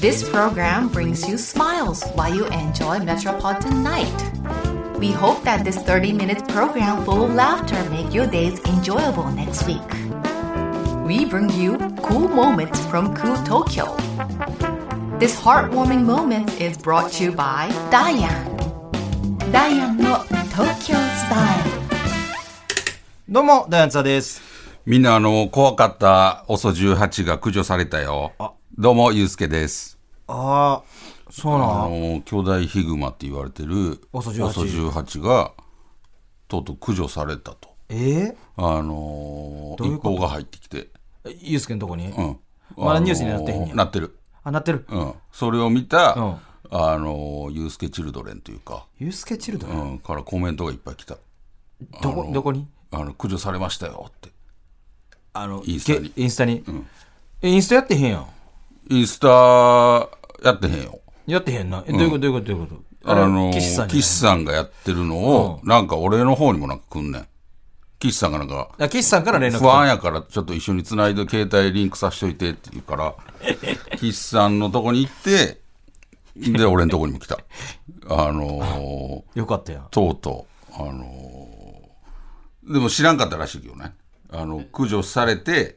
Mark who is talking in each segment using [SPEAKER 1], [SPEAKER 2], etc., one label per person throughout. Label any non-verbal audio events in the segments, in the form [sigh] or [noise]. [SPEAKER 1] This program brings you smiles while you enjoy Metropolitan Night. We hope that this 30-minute program full of laughter make your days enjoyable next week. We bring you cool moments from cool Tokyo. This heartwarming moment is brought to you by Diane. Diane の Tokyo Style.
[SPEAKER 2] どうも、ダイアンツァです。
[SPEAKER 3] みんなあの、怖かった OSO18 が駆除されたよ。どうも、ゆうすけです。
[SPEAKER 2] ああ、そう
[SPEAKER 3] あ
[SPEAKER 2] なの
[SPEAKER 3] の、兄弟ヒグマって言われてる
[SPEAKER 2] OSO18
[SPEAKER 3] OSO18 が、とうとう駆除されたと。
[SPEAKER 2] え
[SPEAKER 3] あのー、
[SPEAKER 2] ういう
[SPEAKER 3] 一
[SPEAKER 2] こと
[SPEAKER 3] 報が入ってきて。
[SPEAKER 2] ー、ゆうすけのとこに、
[SPEAKER 3] うん。
[SPEAKER 2] まだニュースにな
[SPEAKER 3] あ
[SPEAKER 2] っ
[SPEAKER 3] の
[SPEAKER 2] てへんやん
[SPEAKER 3] なってる。
[SPEAKER 2] あ、なってる。
[SPEAKER 3] うん。それを見た、
[SPEAKER 2] うん
[SPEAKER 3] あのー、ゆうすけチルドレンというか、
[SPEAKER 2] ゆうすけチルドレ
[SPEAKER 3] う
[SPEAKER 2] ン、
[SPEAKER 3] ん、からコメントがいっぱい来た。
[SPEAKER 2] どこ、どこに
[SPEAKER 3] あの、駆除されましたよって。
[SPEAKER 2] あの、
[SPEAKER 3] インスタに
[SPEAKER 2] けインスタに、えインスタやってへんやん。
[SPEAKER 3] インスタ、やってへんよ。
[SPEAKER 2] やってへんな。えどういうこと、どういうこと、どういうこと。
[SPEAKER 3] あの、
[SPEAKER 2] 岸さんじゃない
[SPEAKER 3] 岸さんがやってるのを、なんか俺の方にもなんか来んねん。岸さんがなんか、
[SPEAKER 2] あ岸さんから連絡
[SPEAKER 3] 不安やからちょっと一緒に繋いで携帯リンクさせといてって言う
[SPEAKER 2] [laughs]
[SPEAKER 3] から、岸さんのとこに行って、で、俺のとこに
[SPEAKER 2] [laughs]
[SPEAKER 3] も来た。あの
[SPEAKER 2] よかったやん
[SPEAKER 3] ー。とうとう、あのーでも知らんかったらしいけどね。あの、駆除されて、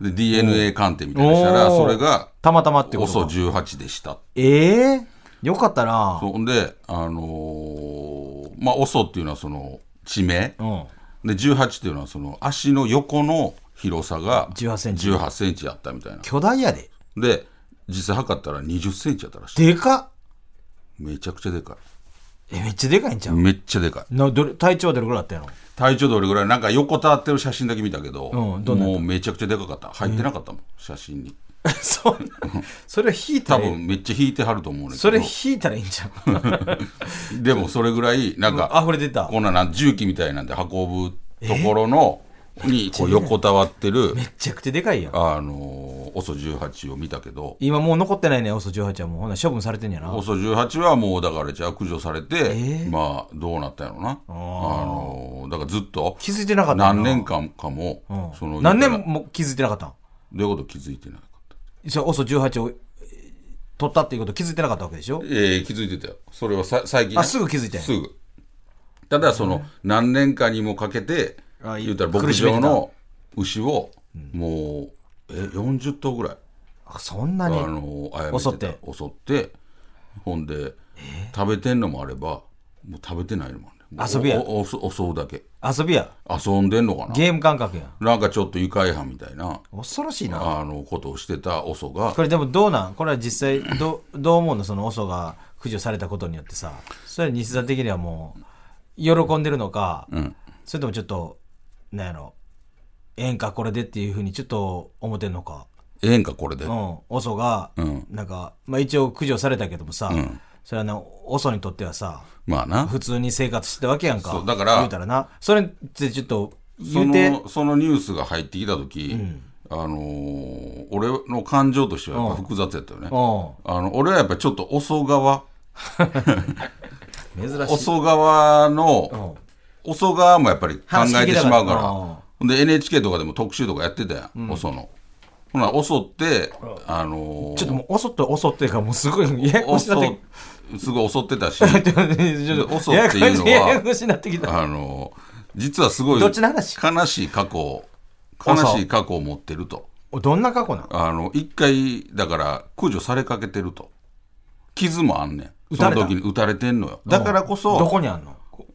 [SPEAKER 3] で DNA 鑑定みたいなのしたら、
[SPEAKER 2] おー
[SPEAKER 3] それが、
[SPEAKER 2] たまたまってことか。
[SPEAKER 3] OSO18 でしたって
[SPEAKER 2] ええよかったな。
[SPEAKER 3] そんで、あのーまあ、オソっていうのはその地名、
[SPEAKER 2] うん。
[SPEAKER 3] で18っていうのはその足の横の広さが
[SPEAKER 2] 18センチ
[SPEAKER 3] 18センチやったみたいな。
[SPEAKER 2] 巨大やで。
[SPEAKER 3] で、実際測ったら20センチやったらしい。
[SPEAKER 2] でかっ
[SPEAKER 3] めちゃくちゃでか
[SPEAKER 2] え、めっちゃでかいんちゃ
[SPEAKER 3] い。
[SPEAKER 2] う、
[SPEAKER 3] めっちゃでかい。
[SPEAKER 2] などれ体長はどれぐらいあったやろ [laughs]
[SPEAKER 3] 体長どれぐらいなんか横たわってる写真だけ見たけど、
[SPEAKER 2] うんどんなや
[SPEAKER 3] もうめちゃくちゃでかかった。入ってなかったもん、写真に。
[SPEAKER 2] そんなそれ引いた
[SPEAKER 3] 多
[SPEAKER 2] ら、
[SPEAKER 3] 分めっちゃ引いてはると思うねんけど。
[SPEAKER 2] それ引いたらいいんちゃう
[SPEAKER 3] でもそれぐらい、なんか、
[SPEAKER 2] 溢れてた。
[SPEAKER 3] こんななん重機みたいなんで運ぶところの、にこう横たわってる。
[SPEAKER 2] めちゃくちゃでかいやん。
[SPEAKER 3] あのー、OSO18 を見たけど、
[SPEAKER 2] 今もう残ってないね、OSO18 はもう。ほな、処分されてんやな。
[SPEAKER 3] OSO18 はもうだからじゃあ駆除されて、
[SPEAKER 2] えー
[SPEAKER 3] まあどうなったんやろな。あのーだからずっと、
[SPEAKER 2] 気づいてなかったな
[SPEAKER 3] 何年間かも、
[SPEAKER 2] うん
[SPEAKER 3] その、
[SPEAKER 2] 何
[SPEAKER 3] 言
[SPEAKER 2] 年
[SPEAKER 3] うたら
[SPEAKER 2] も気づいてなかったん
[SPEAKER 3] どういうこと気づいてなかった
[SPEAKER 2] じゃあ OSO18 をえー取ったっていうこと気づいてなかったわけでしょ
[SPEAKER 3] ええ気づいてたよ。それはさ最近ね、
[SPEAKER 2] あすぐ気づいたんや
[SPEAKER 3] すぐ。ただその、何年間にもかけて、
[SPEAKER 2] あい
[SPEAKER 3] 言うたら
[SPEAKER 2] 苦
[SPEAKER 3] 牧
[SPEAKER 2] しめて
[SPEAKER 3] 場
[SPEAKER 2] た
[SPEAKER 3] の牛を、もう、え、40頭ぐらい。
[SPEAKER 2] あそんな
[SPEAKER 3] あ
[SPEAKER 2] に。
[SPEAKER 3] のあやめ
[SPEAKER 2] 襲
[SPEAKER 3] て
[SPEAKER 2] って
[SPEAKER 3] た襲ってほんで食べてんのもあればもう食べてないのもあるね
[SPEAKER 2] 遊びや
[SPEAKER 3] おおお襲うだけ
[SPEAKER 2] 遊びや。
[SPEAKER 3] 遊んでんのかな
[SPEAKER 2] ゲーム感覚やん。
[SPEAKER 3] なんかちょっと愉快犯みたいな
[SPEAKER 2] 恐ろしいな。
[SPEAKER 3] あのことをしてたオソが
[SPEAKER 2] これでもどうなんこれは実際どうどう思うのその OSO が駆除されたことによってさそれは西田的にはもう喜んでるのか、
[SPEAKER 3] ん
[SPEAKER 2] それともちょっとなんやろええんかこれでっていうふうにちょっと思ってんのか、
[SPEAKER 3] ええんかこれで
[SPEAKER 2] うん、OSO が
[SPEAKER 3] ん
[SPEAKER 2] なんか、まあ、一応駆除されたけどもさ、それはな OSO にとってはさ
[SPEAKER 3] まあな
[SPEAKER 2] 普通に生活してたわけやんか
[SPEAKER 3] そうだから
[SPEAKER 2] 言うたらなそれってちょっと
[SPEAKER 3] そ
[SPEAKER 2] 言うて
[SPEAKER 3] のそのニュースが入ってきた時、あのー俺の感情としてはやっぱ複雑やったよね
[SPEAKER 2] う
[SPEAKER 3] あの俺はやっぱちょっとオソ側
[SPEAKER 2] ん珍し
[SPEAKER 3] オ
[SPEAKER 2] い
[SPEAKER 3] ソ側の、
[SPEAKER 2] うん
[SPEAKER 3] おそ側もやっぱり考えてしまうか
[SPEAKER 2] 話聞きた
[SPEAKER 3] ら。
[SPEAKER 2] か
[SPEAKER 3] ほんで NHK とかでも特集とかやってたやん、おその。ほな、おそって、あのー、
[SPEAKER 2] ちょっともう OSO と OSO っていうかもうすごいややこ
[SPEAKER 3] お
[SPEAKER 2] しなって
[SPEAKER 3] そ、すごい襲ってたし、
[SPEAKER 2] [laughs] ちょっとちょっと
[SPEAKER 3] オソっていうのは
[SPEAKER 2] ややこしになってきた。
[SPEAKER 3] あのー、実はすごい、
[SPEAKER 2] どっちの話
[SPEAKER 3] 悲しい過去を、悲しい過去を持ってると。
[SPEAKER 2] どんな過去なん
[SPEAKER 3] あの、一回、だから、駆除されかけてると。傷もあんねん。
[SPEAKER 2] 撃
[SPEAKER 3] そ
[SPEAKER 2] たれ
[SPEAKER 3] の
[SPEAKER 2] た
[SPEAKER 3] 時に撃たれてんのよ。だからこ
[SPEAKER 2] ど
[SPEAKER 3] そ、
[SPEAKER 2] こにあんのこ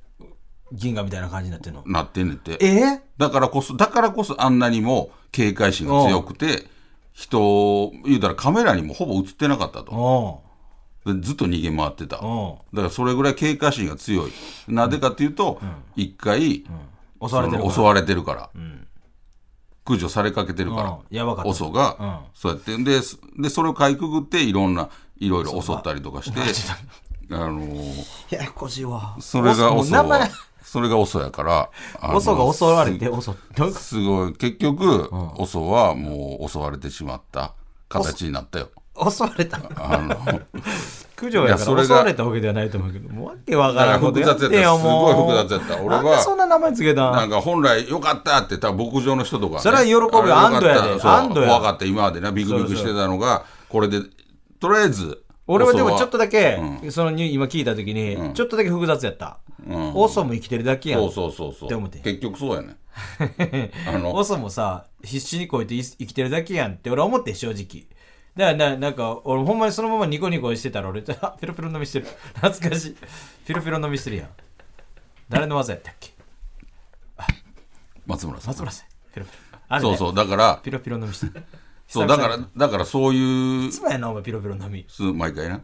[SPEAKER 2] 銀河みたいな感じになってんの。
[SPEAKER 3] なってんねんて。
[SPEAKER 2] えー
[SPEAKER 3] だからこそ、だからこそあんなにも警戒心が強くて、人を、言うたらカメラにもほぼ映ってなかったと。
[SPEAKER 2] お
[SPEAKER 3] でずっと逃げ回ってた。
[SPEAKER 2] う
[SPEAKER 3] だか
[SPEAKER 2] お
[SPEAKER 3] らそれぐらい警戒心が強い。なぜかっていうと、一、回、
[SPEAKER 2] う襲われてるか
[SPEAKER 3] その
[SPEAKER 2] ら。
[SPEAKER 3] 襲われてるから、駆除されかけてる
[SPEAKER 2] うん
[SPEAKER 3] か
[SPEAKER 2] やばかっ
[SPEAKER 3] ら、
[SPEAKER 2] た。
[SPEAKER 3] オソが、そうやって、で、すでそれをかいくぐって、いろんな、いろいろ襲ったりとかして、あのー
[SPEAKER 2] ややこしいわ。
[SPEAKER 3] それが
[SPEAKER 2] も
[SPEAKER 3] オ
[SPEAKER 2] う
[SPEAKER 3] ソ
[SPEAKER 2] 名前、
[SPEAKER 3] それがオソやから、あ
[SPEAKER 2] [laughs]
[SPEAKER 3] の
[SPEAKER 2] オソが襲われて、オソ。どういうこ
[SPEAKER 3] すごい。結局、オソはもう襲われてしまった形になったよ。
[SPEAKER 2] と襲われた。
[SPEAKER 3] あ
[SPEAKER 2] [laughs]
[SPEAKER 3] の、
[SPEAKER 2] 駆除や
[SPEAKER 3] いや
[SPEAKER 2] か
[SPEAKER 3] それ
[SPEAKER 2] ら
[SPEAKER 3] が
[SPEAKER 2] 襲われたわけではないと思うけど、もうわけわからんことやって
[SPEAKER 3] だから
[SPEAKER 2] よ、
[SPEAKER 3] 複雑やっ
[SPEAKER 2] もう。
[SPEAKER 3] たすごい複雑やった俺は
[SPEAKER 2] なんでそんな名前つけたん
[SPEAKER 3] なんか本来良かったって多分牧場の人とか、ね。
[SPEAKER 2] それは喜ぶよ
[SPEAKER 3] あれ良か
[SPEAKER 2] 安
[SPEAKER 3] った
[SPEAKER 2] 堵やで
[SPEAKER 3] そう
[SPEAKER 2] 安堵や
[SPEAKER 3] 怖かった今までな、ビクビクしてたのが、これでとりあえず、
[SPEAKER 2] 俺はでもちょっと
[SPEAKER 3] だ
[SPEAKER 2] だけ、
[SPEAKER 3] う
[SPEAKER 2] そのニュー今聞いた時に、
[SPEAKER 3] ん
[SPEAKER 2] ちょっとだけ複雑やった。
[SPEAKER 3] うん
[SPEAKER 2] オソも生きてるだけやん。
[SPEAKER 3] そうそうそうそう。
[SPEAKER 2] って思って
[SPEAKER 3] 結局そうやね。あの
[SPEAKER 2] オソもさ、必死にこいてい生きてるだけやんって俺は思ってん正直。だからな、なんか、俺ほんまにそのままニコニコしてたら俺、あピロピロ飲みしてる。懐かしい。ピロピロ飲みしてるやん。誰の技やったっけ
[SPEAKER 3] 松村さん。
[SPEAKER 2] 松村さん。ピロピロ。ある
[SPEAKER 3] そ
[SPEAKER 2] ね
[SPEAKER 3] うそう、だから、
[SPEAKER 2] ピロピロ飲みしてる。
[SPEAKER 3] そう、だか
[SPEAKER 2] い
[SPEAKER 3] ら、だからそういう、
[SPEAKER 2] つもやな、お前ピロピロ飲み。
[SPEAKER 3] す毎回な。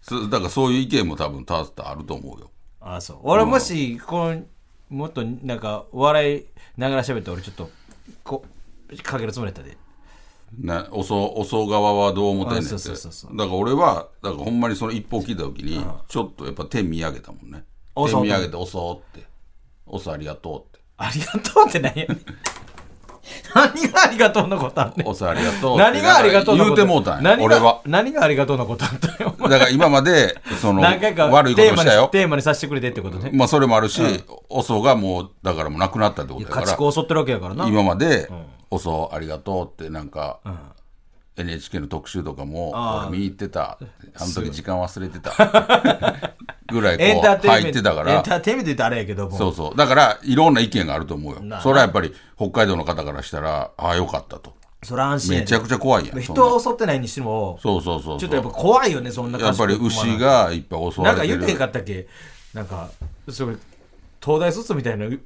[SPEAKER 3] すだからそういう意見も多分多々あると思うよ。
[SPEAKER 2] あそう。俺もし、この、もっとなんか、笑いながら喋って俺ちょっと、こ、かけるつもりやったで。
[SPEAKER 3] な、おそ、おそ側はどう思ってんねんって。
[SPEAKER 2] あそうそうそうそう
[SPEAKER 3] だから俺は、だからほんまにその一報聞いた時に、ちょっとやっぱ手見上げたもんね。
[SPEAKER 2] お
[SPEAKER 3] 手
[SPEAKER 2] そ
[SPEAKER 3] 見上げて、おそって。おそありがとうっ
[SPEAKER 2] ありがとうって何やねん。何がありがとうのことあん
[SPEAKER 3] て。
[SPEAKER 2] ねん [laughs]
[SPEAKER 3] おそありがとうって。
[SPEAKER 2] 何がありがとうのこ
[SPEAKER 3] 言う
[SPEAKER 2] と
[SPEAKER 3] てもうたんや
[SPEAKER 2] 何が
[SPEAKER 3] 俺は。
[SPEAKER 2] 何がありがとうのことあったよ。お前
[SPEAKER 3] だから今まで、その、
[SPEAKER 2] 何回か
[SPEAKER 3] 悪いこと
[SPEAKER 2] テーマ
[SPEAKER 3] したよ
[SPEAKER 2] に。テーマにさせてくれてってことね。
[SPEAKER 3] まあそれもあるし、おそがもう、だからもうなくなったってことだか
[SPEAKER 2] 家
[SPEAKER 3] ら
[SPEAKER 2] 畜。を襲ってるわけやからな。
[SPEAKER 3] 今まで、おそありがとうってなんか、NHK の特集とかも
[SPEAKER 2] あー
[SPEAKER 3] 俺見入ってたってあの時時間忘れ
[SPEAKER 2] [laughs]
[SPEAKER 3] てたぐらい
[SPEAKER 2] エン
[SPEAKER 3] こ
[SPEAKER 2] ター
[SPEAKER 3] う
[SPEAKER 2] テイン
[SPEAKER 3] 入
[SPEAKER 2] メ
[SPEAKER 3] っ
[SPEAKER 2] ン
[SPEAKER 3] て
[SPEAKER 2] ト。
[SPEAKER 3] たか
[SPEAKER 2] エン
[SPEAKER 3] ら
[SPEAKER 2] ターテインメント言ったらあれやけども。
[SPEAKER 3] そうそうだからいろんな意見があると思う
[SPEAKER 2] な
[SPEAKER 3] よそれはやっぱり北海道の方からしたらああよかったと
[SPEAKER 2] そら安心や
[SPEAKER 3] め
[SPEAKER 2] ね
[SPEAKER 3] ちゃくちゃ怖いやんそんな
[SPEAKER 2] 人は襲ってないにしても、
[SPEAKER 3] そうそうそうそう
[SPEAKER 2] ちょっとやっぱ怖いよね、そんな
[SPEAKER 3] や
[SPEAKER 2] 賢
[SPEAKER 3] っぱり
[SPEAKER 2] い子はな
[SPEAKER 3] 牛。がいっぱい襲わ
[SPEAKER 2] なんか
[SPEAKER 3] れて
[SPEAKER 2] 言ってへんか
[SPEAKER 3] る
[SPEAKER 2] ったっけなんか、それ、東大卒みたいな、う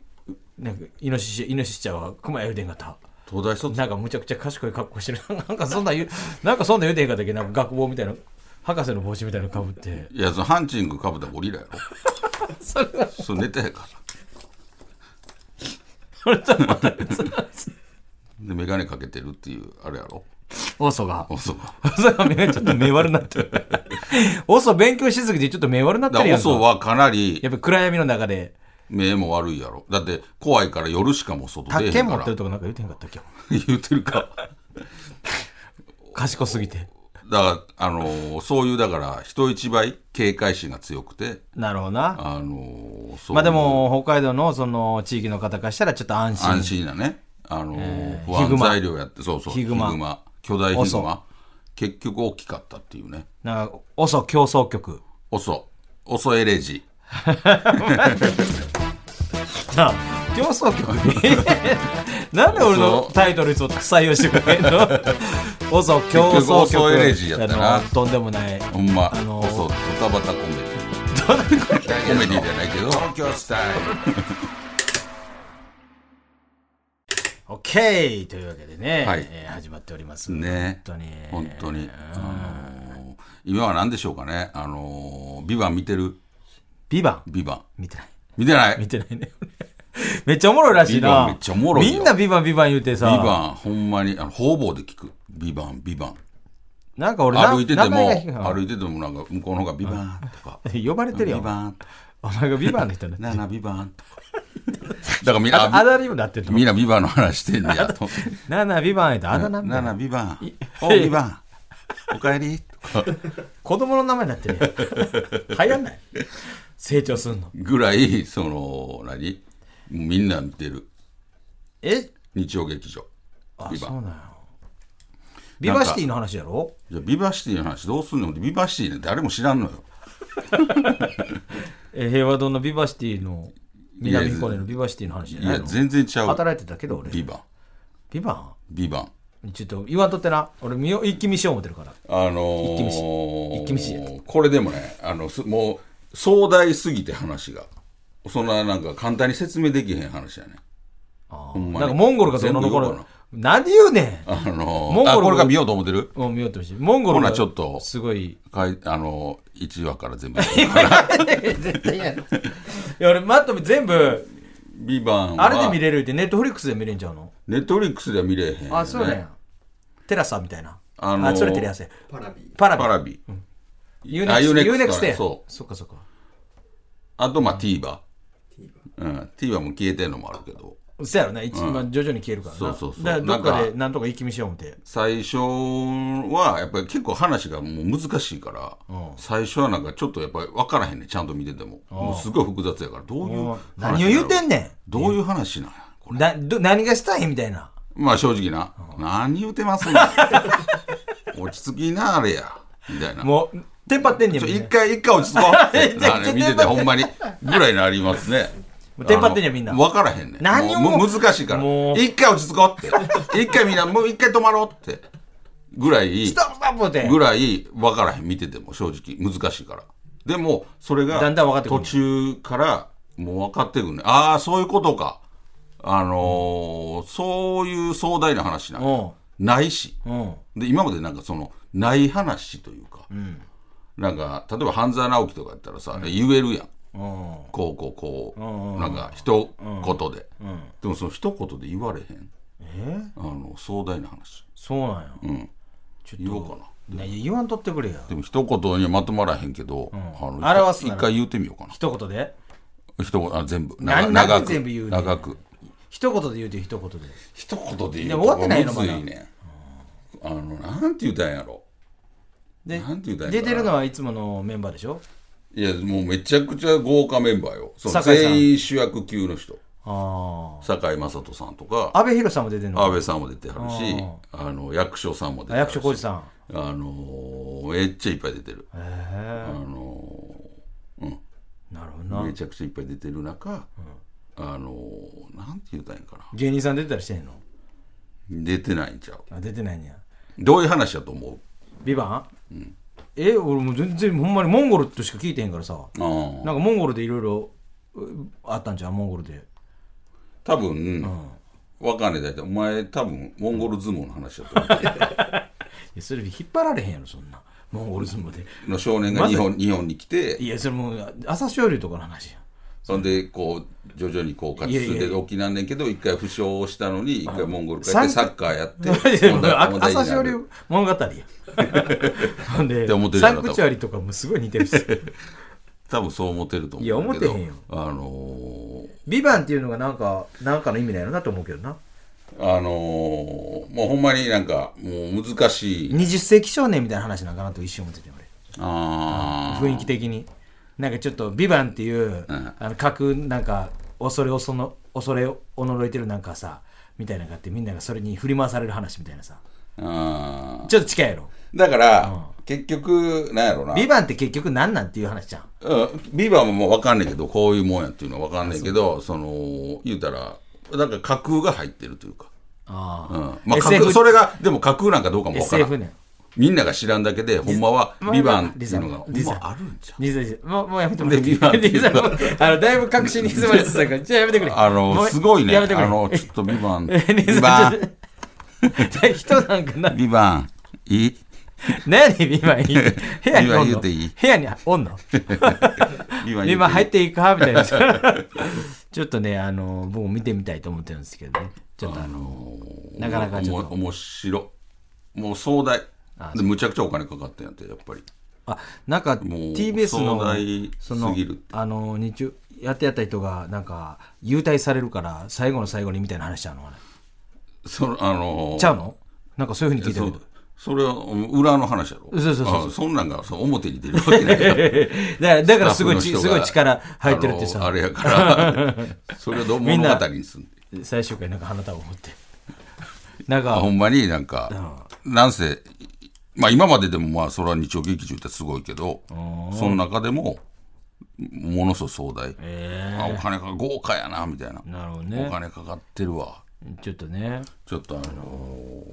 [SPEAKER 2] なんか、イノシシ、イノシシちゃんは熊や言うてへんかった。
[SPEAKER 3] 東大卒
[SPEAKER 2] なんかむちゃくちゃ賢い格好してる。 [laughs] なんかそんなん言う、なんかそんなん言うてへんかったっけなんか学帽みたいな、博士の帽子みたいなのかぶって。
[SPEAKER 3] いやそのハンチングかぶったゴリラやろ
[SPEAKER 2] [laughs] それは、
[SPEAKER 3] それ寝てへんから
[SPEAKER 2] それとはまた別な。
[SPEAKER 3] で眼鏡かけてるっていうあれやろ
[SPEAKER 2] オソが。
[SPEAKER 3] お
[SPEAKER 2] [laughs]
[SPEAKER 3] そが
[SPEAKER 2] オソが目がちょっと目悪なってる。オソ勉強しすぎてちょっと目悪なって
[SPEAKER 3] だか
[SPEAKER 2] るや
[SPEAKER 3] らお
[SPEAKER 2] ん
[SPEAKER 3] そ
[SPEAKER 2] か。
[SPEAKER 3] はかなり
[SPEAKER 2] やっぱ暗闇の中で、
[SPEAKER 3] 目も悪いやろだって怖いから夜しかもう外出えへん
[SPEAKER 2] 宅建
[SPEAKER 3] か
[SPEAKER 2] 持
[SPEAKER 3] ら
[SPEAKER 2] ってるとかなんか言うてへんかったっけ
[SPEAKER 3] [laughs] 言ってるか
[SPEAKER 2] 賢すぎて。
[SPEAKER 3] だからあのーそういうだから人一倍警戒心が強くて
[SPEAKER 2] なるほどな。
[SPEAKER 3] あのーそういう
[SPEAKER 2] まあでも、北海道のその地域の方からしたらちょっと安心。
[SPEAKER 3] 安心なねあのー不
[SPEAKER 2] ヒグ
[SPEAKER 3] 安
[SPEAKER 2] マ
[SPEAKER 3] 材料やってそうそう
[SPEAKER 2] ヒグマ
[SPEAKER 3] 巨大ヒグ
[SPEAKER 2] オ
[SPEAKER 3] マ結局大きかったっていうね
[SPEAKER 2] なんか、オソ競争局。
[SPEAKER 3] オソオソエレジ
[SPEAKER 2] なあ競争曲に [laughs] なんで俺のタイトルいつも採用してくれん
[SPEAKER 3] [laughs]
[SPEAKER 2] のオソ競
[SPEAKER 3] 結局オ
[SPEAKER 2] 争曲
[SPEAKER 3] ソエレジーやったな
[SPEAKER 2] あのとんでもない
[SPEAKER 3] ほんま、
[SPEAKER 2] あのー
[SPEAKER 3] オソドタバタコメディコメディじゃないけど東京スタイル
[SPEAKER 2] OK というわけでね、
[SPEAKER 3] はい
[SPEAKER 2] えー始まっております
[SPEAKER 3] ね
[SPEAKER 2] 本当に
[SPEAKER 3] 本当に、あのー今は何でしょうかねあのービバン見てる
[SPEAKER 2] ビバン
[SPEAKER 3] ビバン
[SPEAKER 2] 見てない
[SPEAKER 3] 見てない
[SPEAKER 2] 見てないね [laughs] めっちゃおもろいらしい
[SPEAKER 3] ビバ
[SPEAKER 2] な
[SPEAKER 3] ンめっちゃおもろいよ
[SPEAKER 2] みんなビバンビバン言うてさ
[SPEAKER 3] ビバンほんまにあの方々で聞くビバンビバン
[SPEAKER 2] なんか俺な
[SPEAKER 3] 歩いてて
[SPEAKER 2] 名前が低い
[SPEAKER 3] も歩いててもなんか向こうの方がビバンとか
[SPEAKER 2] [laughs] 呼ばれてる
[SPEAKER 3] ビ
[SPEAKER 2] よ
[SPEAKER 3] バンとか
[SPEAKER 2] お前がビバンの人ね
[SPEAKER 3] [laughs] なあなあビバンとかだからみん
[SPEAKER 2] ああ
[SPEAKER 3] な
[SPEAKER 2] だ名にもなってんの
[SPEAKER 3] みんなビバンの話してんねやと
[SPEAKER 2] なあなあビバンやったあだ名みた
[SPEAKER 3] ないあなあ
[SPEAKER 2] な
[SPEAKER 3] ビバンおうビバンおかえりとか
[SPEAKER 2] 子供の名前になってる
[SPEAKER 3] [laughs]
[SPEAKER 2] やん流行んない成長すんの
[SPEAKER 3] ぐらいその何もうみんな見てる
[SPEAKER 2] え
[SPEAKER 3] 日曜劇場
[SPEAKER 2] あ
[SPEAKER 3] ビバ
[SPEAKER 2] そうなん
[SPEAKER 3] ン
[SPEAKER 2] やビバシティの話やろ
[SPEAKER 3] じゃあビバシティの話どうすんのビバシティね誰も知らんのよ
[SPEAKER 2] え平和堂のビバシティの南彦根のビバシティの話じゃ
[SPEAKER 3] い
[SPEAKER 2] ない
[SPEAKER 3] や
[SPEAKER 2] の
[SPEAKER 3] 全然ちゃう
[SPEAKER 2] 働いてたけど俺
[SPEAKER 3] ビバン
[SPEAKER 2] ビバ
[SPEAKER 3] ビバン
[SPEAKER 2] ンちょっと言わんとってな俺見よ一気見しよう思ってるから
[SPEAKER 3] あのー、
[SPEAKER 2] 一気見し一気見しや
[SPEAKER 3] これでもねあのすもう壮大すぎて話がそんななんか簡単に説明できへん話やね
[SPEAKER 2] あー
[SPEAKER 3] ほんまに
[SPEAKER 2] なんかモンゴルがどうの
[SPEAKER 3] 全部
[SPEAKER 2] 頃
[SPEAKER 3] 言おうか
[SPEAKER 2] 何言うね
[SPEAKER 3] なあの
[SPEAKER 2] モ
[SPEAKER 3] ー
[SPEAKER 2] ンゴルが
[SPEAKER 3] あこれが見ようと思ってる
[SPEAKER 2] んもう見ようってほしいモンゴル
[SPEAKER 3] ほ
[SPEAKER 2] が
[SPEAKER 3] なちょっと
[SPEAKER 2] すごい
[SPEAKER 3] かいあのー、1話から
[SPEAKER 2] [laughs]
[SPEAKER 3] 全部
[SPEAKER 2] 絶対や [laughs] ろいや俺マット全部
[SPEAKER 3] ビバンは
[SPEAKER 2] あれで見れるってネットフリックスで見れんちゃうの
[SPEAKER 3] ネットフリックスでは見れへん、ね、
[SPEAKER 2] あそうなんやテラサみたいな
[SPEAKER 3] あのー
[SPEAKER 2] あそれテレ朝やパラビ
[SPEAKER 3] パラビ、
[SPEAKER 2] ユ
[SPEAKER 3] あユーネクスト
[SPEAKER 2] ーネクストや
[SPEAKER 3] そ
[SPEAKER 2] そっかそっか
[SPEAKER 3] あとまあ TVer うん TVer も消えてんのもあるけど
[SPEAKER 2] そやろね、一まあ徐々に消えるからな。
[SPEAKER 3] そうそうそう
[SPEAKER 2] だからどっか
[SPEAKER 3] なん
[SPEAKER 2] で
[SPEAKER 3] か
[SPEAKER 2] なんとか一気見しよう思って。
[SPEAKER 3] 最初はやっぱり結構話がもう難しいから、
[SPEAKER 2] うん
[SPEAKER 3] 最初はなんかちょっとやっぱり分からへんねちゃんと見ててももうすごい複雑やからどういう
[SPEAKER 2] 何を言うてん
[SPEAKER 3] ね
[SPEAKER 2] ねん
[SPEAKER 3] どういう話なんやこれ
[SPEAKER 2] など何がしたいみたいな。
[SPEAKER 3] まあ正直な、何言うてますねん [laughs] 落ち着きな、あれや。みたいな。
[SPEAKER 2] もう、テンパってんね
[SPEAKER 3] ち
[SPEAKER 2] ん
[SPEAKER 3] ょ
[SPEAKER 2] みん
[SPEAKER 3] 一
[SPEAKER 2] な。
[SPEAKER 3] 回、一回落ち着こう。
[SPEAKER 2] [laughs] 然
[SPEAKER 3] あれ見てて、ほんまに。ぐらいになりますね。
[SPEAKER 2] [laughs] もうテンパってんねやみんな
[SPEAKER 3] あのわからへんねん。
[SPEAKER 2] 何を
[SPEAKER 3] もうもう難しいから。
[SPEAKER 2] もう
[SPEAKER 3] 一回落ち着こう
[SPEAKER 2] [laughs]
[SPEAKER 3] って。一回みんな、もう一回止まろうって。ぐらい
[SPEAKER 2] ス、トップって。
[SPEAKER 3] ぐらいわからへん。見てても、正直。難しいから。でも、それが、
[SPEAKER 2] だんだん分かってくる
[SPEAKER 3] 途中から、もう分かってくるね。ああ、そういうことか。あのーそういう壮大な話なん
[SPEAKER 2] うん
[SPEAKER 3] かないし。
[SPEAKER 2] うん。
[SPEAKER 3] で今までなんかそのない話というか、なんか例えば半沢直樹とかやったらさ、言えるやん
[SPEAKER 2] うん。
[SPEAKER 3] こうこうこう、
[SPEAKER 2] んうんうん
[SPEAKER 3] なんか一言で、
[SPEAKER 2] ん
[SPEAKER 3] でもその一言で言われへんあの壮大な話
[SPEAKER 2] そうなんや。
[SPEAKER 3] ん
[SPEAKER 2] ち
[SPEAKER 3] 言お
[SPEAKER 2] ょ
[SPEAKER 3] うか
[SPEAKER 2] っ
[SPEAKER 3] な
[SPEAKER 2] と、ね、言わんとってくれや。
[SPEAKER 3] でも一言にはまとまらへんけど、あの
[SPEAKER 2] 表す
[SPEAKER 3] 一
[SPEAKER 2] なら
[SPEAKER 3] 回一回言うてみようかな
[SPEAKER 2] 一言で
[SPEAKER 3] 一言あ全部
[SPEAKER 2] なな
[SPEAKER 3] 長
[SPEAKER 2] んで
[SPEAKER 3] 長く
[SPEAKER 2] 全部言うねん
[SPEAKER 3] 長く
[SPEAKER 2] 一言で言うて一言で。
[SPEAKER 3] 一言で言う
[SPEAKER 2] でも終わってないの
[SPEAKER 3] むずいねあのなんて言うたんやろ
[SPEAKER 2] で
[SPEAKER 3] なんて言うたらいいん
[SPEAKER 2] 出
[SPEAKER 3] かな
[SPEAKER 2] てるのはいつものメンバーでしょ
[SPEAKER 3] いやもうめちゃくちゃ豪華メンバーよその
[SPEAKER 2] 酒井さん
[SPEAKER 3] 全員主役級の人
[SPEAKER 2] あ
[SPEAKER 3] 堺雅人さんとか
[SPEAKER 2] あ。安倍博さんも出てるの
[SPEAKER 3] 安倍さんも出てはるしあの役所さんも出て
[SPEAKER 2] あ
[SPEAKER 3] は
[SPEAKER 2] 役
[SPEAKER 3] るし
[SPEAKER 2] 所広司さん。
[SPEAKER 3] あのーめっちゃいっぱい出てる
[SPEAKER 2] へえ
[SPEAKER 3] あの
[SPEAKER 2] なるほ
[SPEAKER 3] ー
[SPEAKER 2] どな
[SPEAKER 3] め。ちゃくちゃいっぱい出てる中、あのーなんて言うたらいいんかな
[SPEAKER 2] 芸人さん出てたりしてんの
[SPEAKER 3] 出てないんちゃう
[SPEAKER 2] あ、出てないんや。
[SPEAKER 3] どういう話だと思う
[SPEAKER 2] ビバンえ、俺もう全然ほんまにモンゴルとしか聞いてへんからさ。
[SPEAKER 3] あー
[SPEAKER 2] なんかモンゴルでいろいろうあったんじゃん、モンゴルで。
[SPEAKER 3] 多分、わかんないだいたいお前多分モンゴル相撲の話
[SPEAKER 2] [laughs]
[SPEAKER 3] だと思う
[SPEAKER 2] いやそれ引っ張られへんやろそんなモンゴル相撲で
[SPEAKER 3] の少年が日本日本に来て
[SPEAKER 2] いやそれもう朝青龍とかの話や
[SPEAKER 3] そんでこう徐々にこう勝
[SPEAKER 2] い
[SPEAKER 3] ち
[SPEAKER 2] やいや
[SPEAKER 3] 進ん
[SPEAKER 2] い
[SPEAKER 3] で
[SPEAKER 2] や
[SPEAKER 3] 沖縄ねんけど一回負傷をしたのに一回モンゴル帰っ
[SPEAKER 2] 三
[SPEAKER 3] てサッカー
[SPEAKER 2] [laughs]
[SPEAKER 3] やって問題問題に
[SPEAKER 2] 朝
[SPEAKER 3] な
[SPEAKER 2] 青
[SPEAKER 3] る
[SPEAKER 2] 龍物語や
[SPEAKER 3] [laughs]
[SPEAKER 2] ほんで
[SPEAKER 3] て思ってる
[SPEAKER 2] サ
[SPEAKER 3] やろ
[SPEAKER 2] ンクチュアリとかもすごい似てる
[SPEAKER 3] [laughs]
[SPEAKER 2] し
[SPEAKER 3] 多分そう思ってると思うい
[SPEAKER 2] いや思ってへんよ
[SPEAKER 3] あの
[SPEAKER 2] 「ビバンっていうのがなんかなんかの意味なんやろなと思うけどな
[SPEAKER 3] ー、あのー、もうほんまになんかもう難しい
[SPEAKER 2] 20世紀少年みたいな話なんかなと一瞬思ってて
[SPEAKER 3] あ
[SPEAKER 2] 俺雰囲気的になんかちょっと「ビバンっていう、あの格なんか恐れをその恐れをおのろいてるなんかさみたいなのがあってみんながそれに振り回される話みたいなさ
[SPEAKER 3] ーあ
[SPEAKER 2] ちょっと近いやろ
[SPEAKER 3] ーだから、結局なんやろな
[SPEAKER 2] ビバンって結局何なんっていう話じゃん。
[SPEAKER 3] うんビーバーももう分かんねんけどこういうもんやっていうのは分かんねんけどその言うたらなんか架空が入ってるというか、
[SPEAKER 2] あ
[SPEAKER 3] う
[SPEAKER 2] あ
[SPEAKER 3] んまあ、架
[SPEAKER 2] SF
[SPEAKER 3] 空それがでも架空なんかどうかも分からん
[SPEAKER 2] SF ね。
[SPEAKER 3] みんなが知らんだけで、ほんまは、
[SPEAKER 2] まあ
[SPEAKER 3] ビバンっていうのが、
[SPEAKER 2] まあ
[SPEAKER 3] ほ
[SPEAKER 2] リ
[SPEAKER 3] ん
[SPEAKER 2] ザ
[SPEAKER 3] まあるんちゃう
[SPEAKER 2] リザリザもうもうやめてもらっていい
[SPEAKER 3] でビバンって
[SPEAKER 2] リザもうあのだいぶ確信に詰まりつつある
[SPEAKER 3] [laughs]
[SPEAKER 2] から、じゃあやめてくれ。
[SPEAKER 3] あの、すごいね。
[SPEAKER 2] や
[SPEAKER 3] あ
[SPEAKER 2] めてくれ。[laughs]
[SPEAKER 3] の、ちょっとビバン。
[SPEAKER 2] えリザ
[SPEAKER 3] ビバ
[SPEAKER 2] ちょ [laughs]
[SPEAKER 3] ン、
[SPEAKER 2] っと人なんかな、
[SPEAKER 3] ビバン、いい
[SPEAKER 2] 何ビバ
[SPEAKER 3] [laughs]
[SPEAKER 2] ンいい部屋におんの
[SPEAKER 3] ビバン言うていい
[SPEAKER 2] 部屋にお
[SPEAKER 3] [laughs]
[SPEAKER 2] んの
[SPEAKER 3] ビバン言うていい
[SPEAKER 2] ビバン入っていいかみたいな。ちょっとね、あの、僕も見てみたいと思ってるんですけどね。ちょっとあの、なかなかちょっ
[SPEAKER 3] お
[SPEAKER 2] と。
[SPEAKER 3] も面白。もう壮大。で、むちゃくちゃお金かかってんやって、やっぱり。
[SPEAKER 2] あなんか
[SPEAKER 3] もう
[SPEAKER 2] TBS
[SPEAKER 3] 壮
[SPEAKER 2] の
[SPEAKER 3] 大
[SPEAKER 2] そ
[SPEAKER 3] す
[SPEAKER 2] の
[SPEAKER 3] ぎるって
[SPEAKER 2] あの日中やってやった人がなんか優待されるから最後の最後にみたいな話ちゃうのあれ
[SPEAKER 3] その、あのー、
[SPEAKER 2] ちゃうのなんかそういうふうに聞いた
[SPEAKER 3] そ
[SPEAKER 2] け
[SPEAKER 3] う
[SPEAKER 2] ど
[SPEAKER 3] それはうん裏の話やろ。
[SPEAKER 2] そうそうそうそう
[SPEAKER 3] あそんなんがそう表に出るわけないか
[SPEAKER 2] だ
[SPEAKER 3] ら
[SPEAKER 2] だからすごい
[SPEAKER 3] ス
[SPEAKER 2] ち
[SPEAKER 3] タッ
[SPEAKER 2] すご
[SPEAKER 3] フの人が
[SPEAKER 2] い力 [laughs] 入ってるって
[SPEAKER 3] あのーあ
[SPEAKER 2] さ
[SPEAKER 3] れや
[SPEAKER 2] [laughs]
[SPEAKER 3] から、それをどう
[SPEAKER 2] みん
[SPEAKER 3] 物
[SPEAKER 2] な
[SPEAKER 3] 語にすんねん
[SPEAKER 2] 最終回なんか花束を持ってなん
[SPEAKER 3] あ
[SPEAKER 2] か
[SPEAKER 3] ほんまになんか、なんせ、まあ今まででもまあそれは日曜劇場ってすごいけど、その中でも、ものすごい壮大。あお金か、豪華やな、みたいな。
[SPEAKER 2] なるほど
[SPEAKER 3] お
[SPEAKER 2] ね
[SPEAKER 3] 金かかってるわ。
[SPEAKER 2] ちょっとね
[SPEAKER 3] ちょっとあの、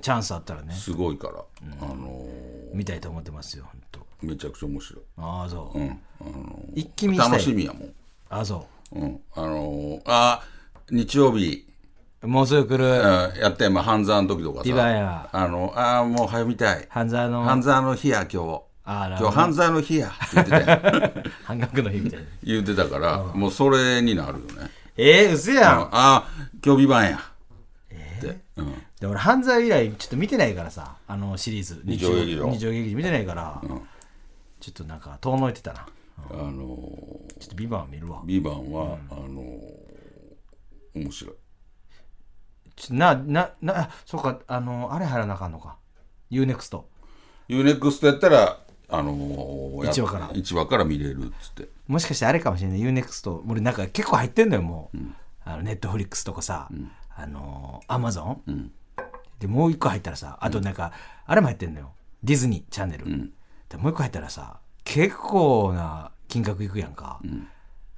[SPEAKER 2] チャンスあったらね
[SPEAKER 3] すごいから、あの、
[SPEAKER 2] 見たいと思ってますよ本当
[SPEAKER 3] めちゃくちゃ面白い。
[SPEAKER 2] ああそう、一気見した
[SPEAKER 3] 楽
[SPEAKER 2] い
[SPEAKER 3] しみやもん。
[SPEAKER 2] ああそ
[SPEAKER 3] うん。あの、あ、日曜日、
[SPEAKER 2] うもうすぐ来る
[SPEAKER 3] うんやって、まあ、半沢の時とか
[SPEAKER 2] リバ
[SPEAKER 3] さ、
[SPEAKER 2] ヤ
[SPEAKER 3] あの、あーもう早見たい。
[SPEAKER 2] 半沢の
[SPEAKER 3] 半沢の日や、今日。
[SPEAKER 2] あーなるほ
[SPEAKER 3] 今
[SPEAKER 2] ど
[SPEAKER 3] 日半沢の日や。って言ってた [laughs] やん。
[SPEAKER 2] 半額の日みたいな
[SPEAKER 3] 言ってたから、もうそれになるよね。
[SPEAKER 2] えー、うやん
[SPEAKER 3] ああ、今日ビバンや。って、うん
[SPEAKER 2] で俺犯罪以来ちょっと見てないからさあのシリーズ
[SPEAKER 3] 二条劇場
[SPEAKER 2] 日常劇場見てないから、ちょっとなんか遠のいてたな
[SPEAKER 3] あの
[SPEAKER 2] ちょっとビバン見るわ
[SPEAKER 3] ー、ビバンは、あのー面白い。
[SPEAKER 2] ちょなななあそうかあのあれ入らなあかんのか UNEXT
[SPEAKER 3] ユーネクストやったら、あのー、や
[SPEAKER 2] 一話から
[SPEAKER 3] 一話から見れるっつって。
[SPEAKER 2] もしかしてあれかもしれない UNEXT 俺なんか結構入ってんのよもう、あのネットフリックスとかさ、あのアマゾンでもう一個入ったらさあとなんか、あれも入ってんのよディズニーチャンネル、でもう一個入ったらさ結構な金額いくやんか、だか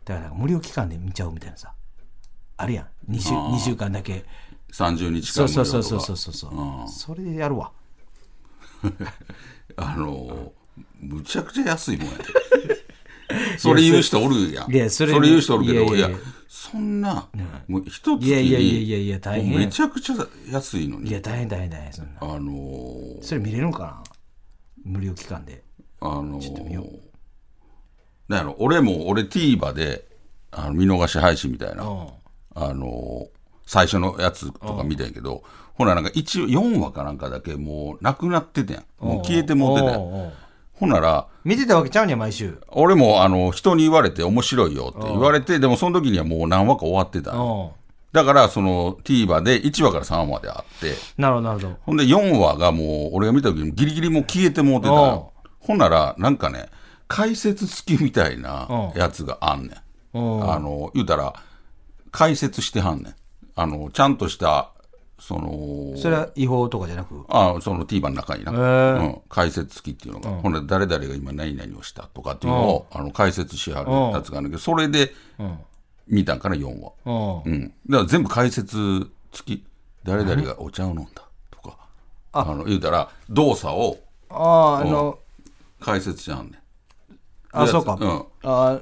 [SPEAKER 2] らなんか無料期間で見ちゃうみたいなさあるやん 2, 週2週間だけ
[SPEAKER 3] 30日
[SPEAKER 2] そうそう
[SPEAKER 3] 間無料とか
[SPEAKER 2] そうそうそうそうそれでやるわ
[SPEAKER 3] あのーむちゃくちゃ安いもんや
[SPEAKER 2] [laughs]
[SPEAKER 3] で [laughs] それ言う人おるやん
[SPEAKER 2] いやそ
[SPEAKER 3] そ
[SPEAKER 2] れ
[SPEAKER 3] れ言う人おるけどい
[SPEAKER 2] いや
[SPEAKER 3] や
[SPEAKER 2] いやいや
[SPEAKER 3] そんなもう一月に
[SPEAKER 2] いやいやいやいやいや大変
[SPEAKER 3] もうめちゃくちゃ安い
[SPEAKER 2] い
[SPEAKER 3] のに
[SPEAKER 2] や大変大変大変そんな
[SPEAKER 3] あのー
[SPEAKER 2] それ見れるんかな無料期間で
[SPEAKER 3] あのーなんやろ俺も俺 TVer であの見逃し配信みたいな、あのー最初のやつとか見たんやけど、ほらなんか一4話かなんかだけもうなくなってたやんもう消えてもうてたや
[SPEAKER 2] おうんおう
[SPEAKER 3] ほんなら
[SPEAKER 2] 見てたわけちゃうんや毎週
[SPEAKER 3] 俺もあの人に言われて面白いよって言われてでもその時にはもう何話か終わってた
[SPEAKER 2] うん
[SPEAKER 3] のだからその TVer で1話から3話まであって
[SPEAKER 2] なるほどなるほど
[SPEAKER 3] ほんで4話がもう俺が見た時にギリギリもう消えてもうてたのほんならなんかね解説付きみたいなやつがあんねん
[SPEAKER 2] うん
[SPEAKER 3] あの言うたら解説してはんねんあのちゃんとしたその
[SPEAKER 2] それは違法とかじゃなく
[SPEAKER 3] あその TVer の中にな、
[SPEAKER 2] ー
[SPEAKER 3] うん、解説付きっていうのが、ほんで誰々が今何々をしたとかっていうのを、あの解説しはるやつがあるんだけど、それで見たんから4話。
[SPEAKER 2] うん
[SPEAKER 3] うん。だから全部解説付き。誰々がお茶を飲んだとか、あの、言うたら動作を
[SPEAKER 2] あああの
[SPEAKER 3] 解説しはんねん。
[SPEAKER 2] あ
[SPEAKER 3] で
[SPEAKER 2] そうか
[SPEAKER 3] うん
[SPEAKER 2] あ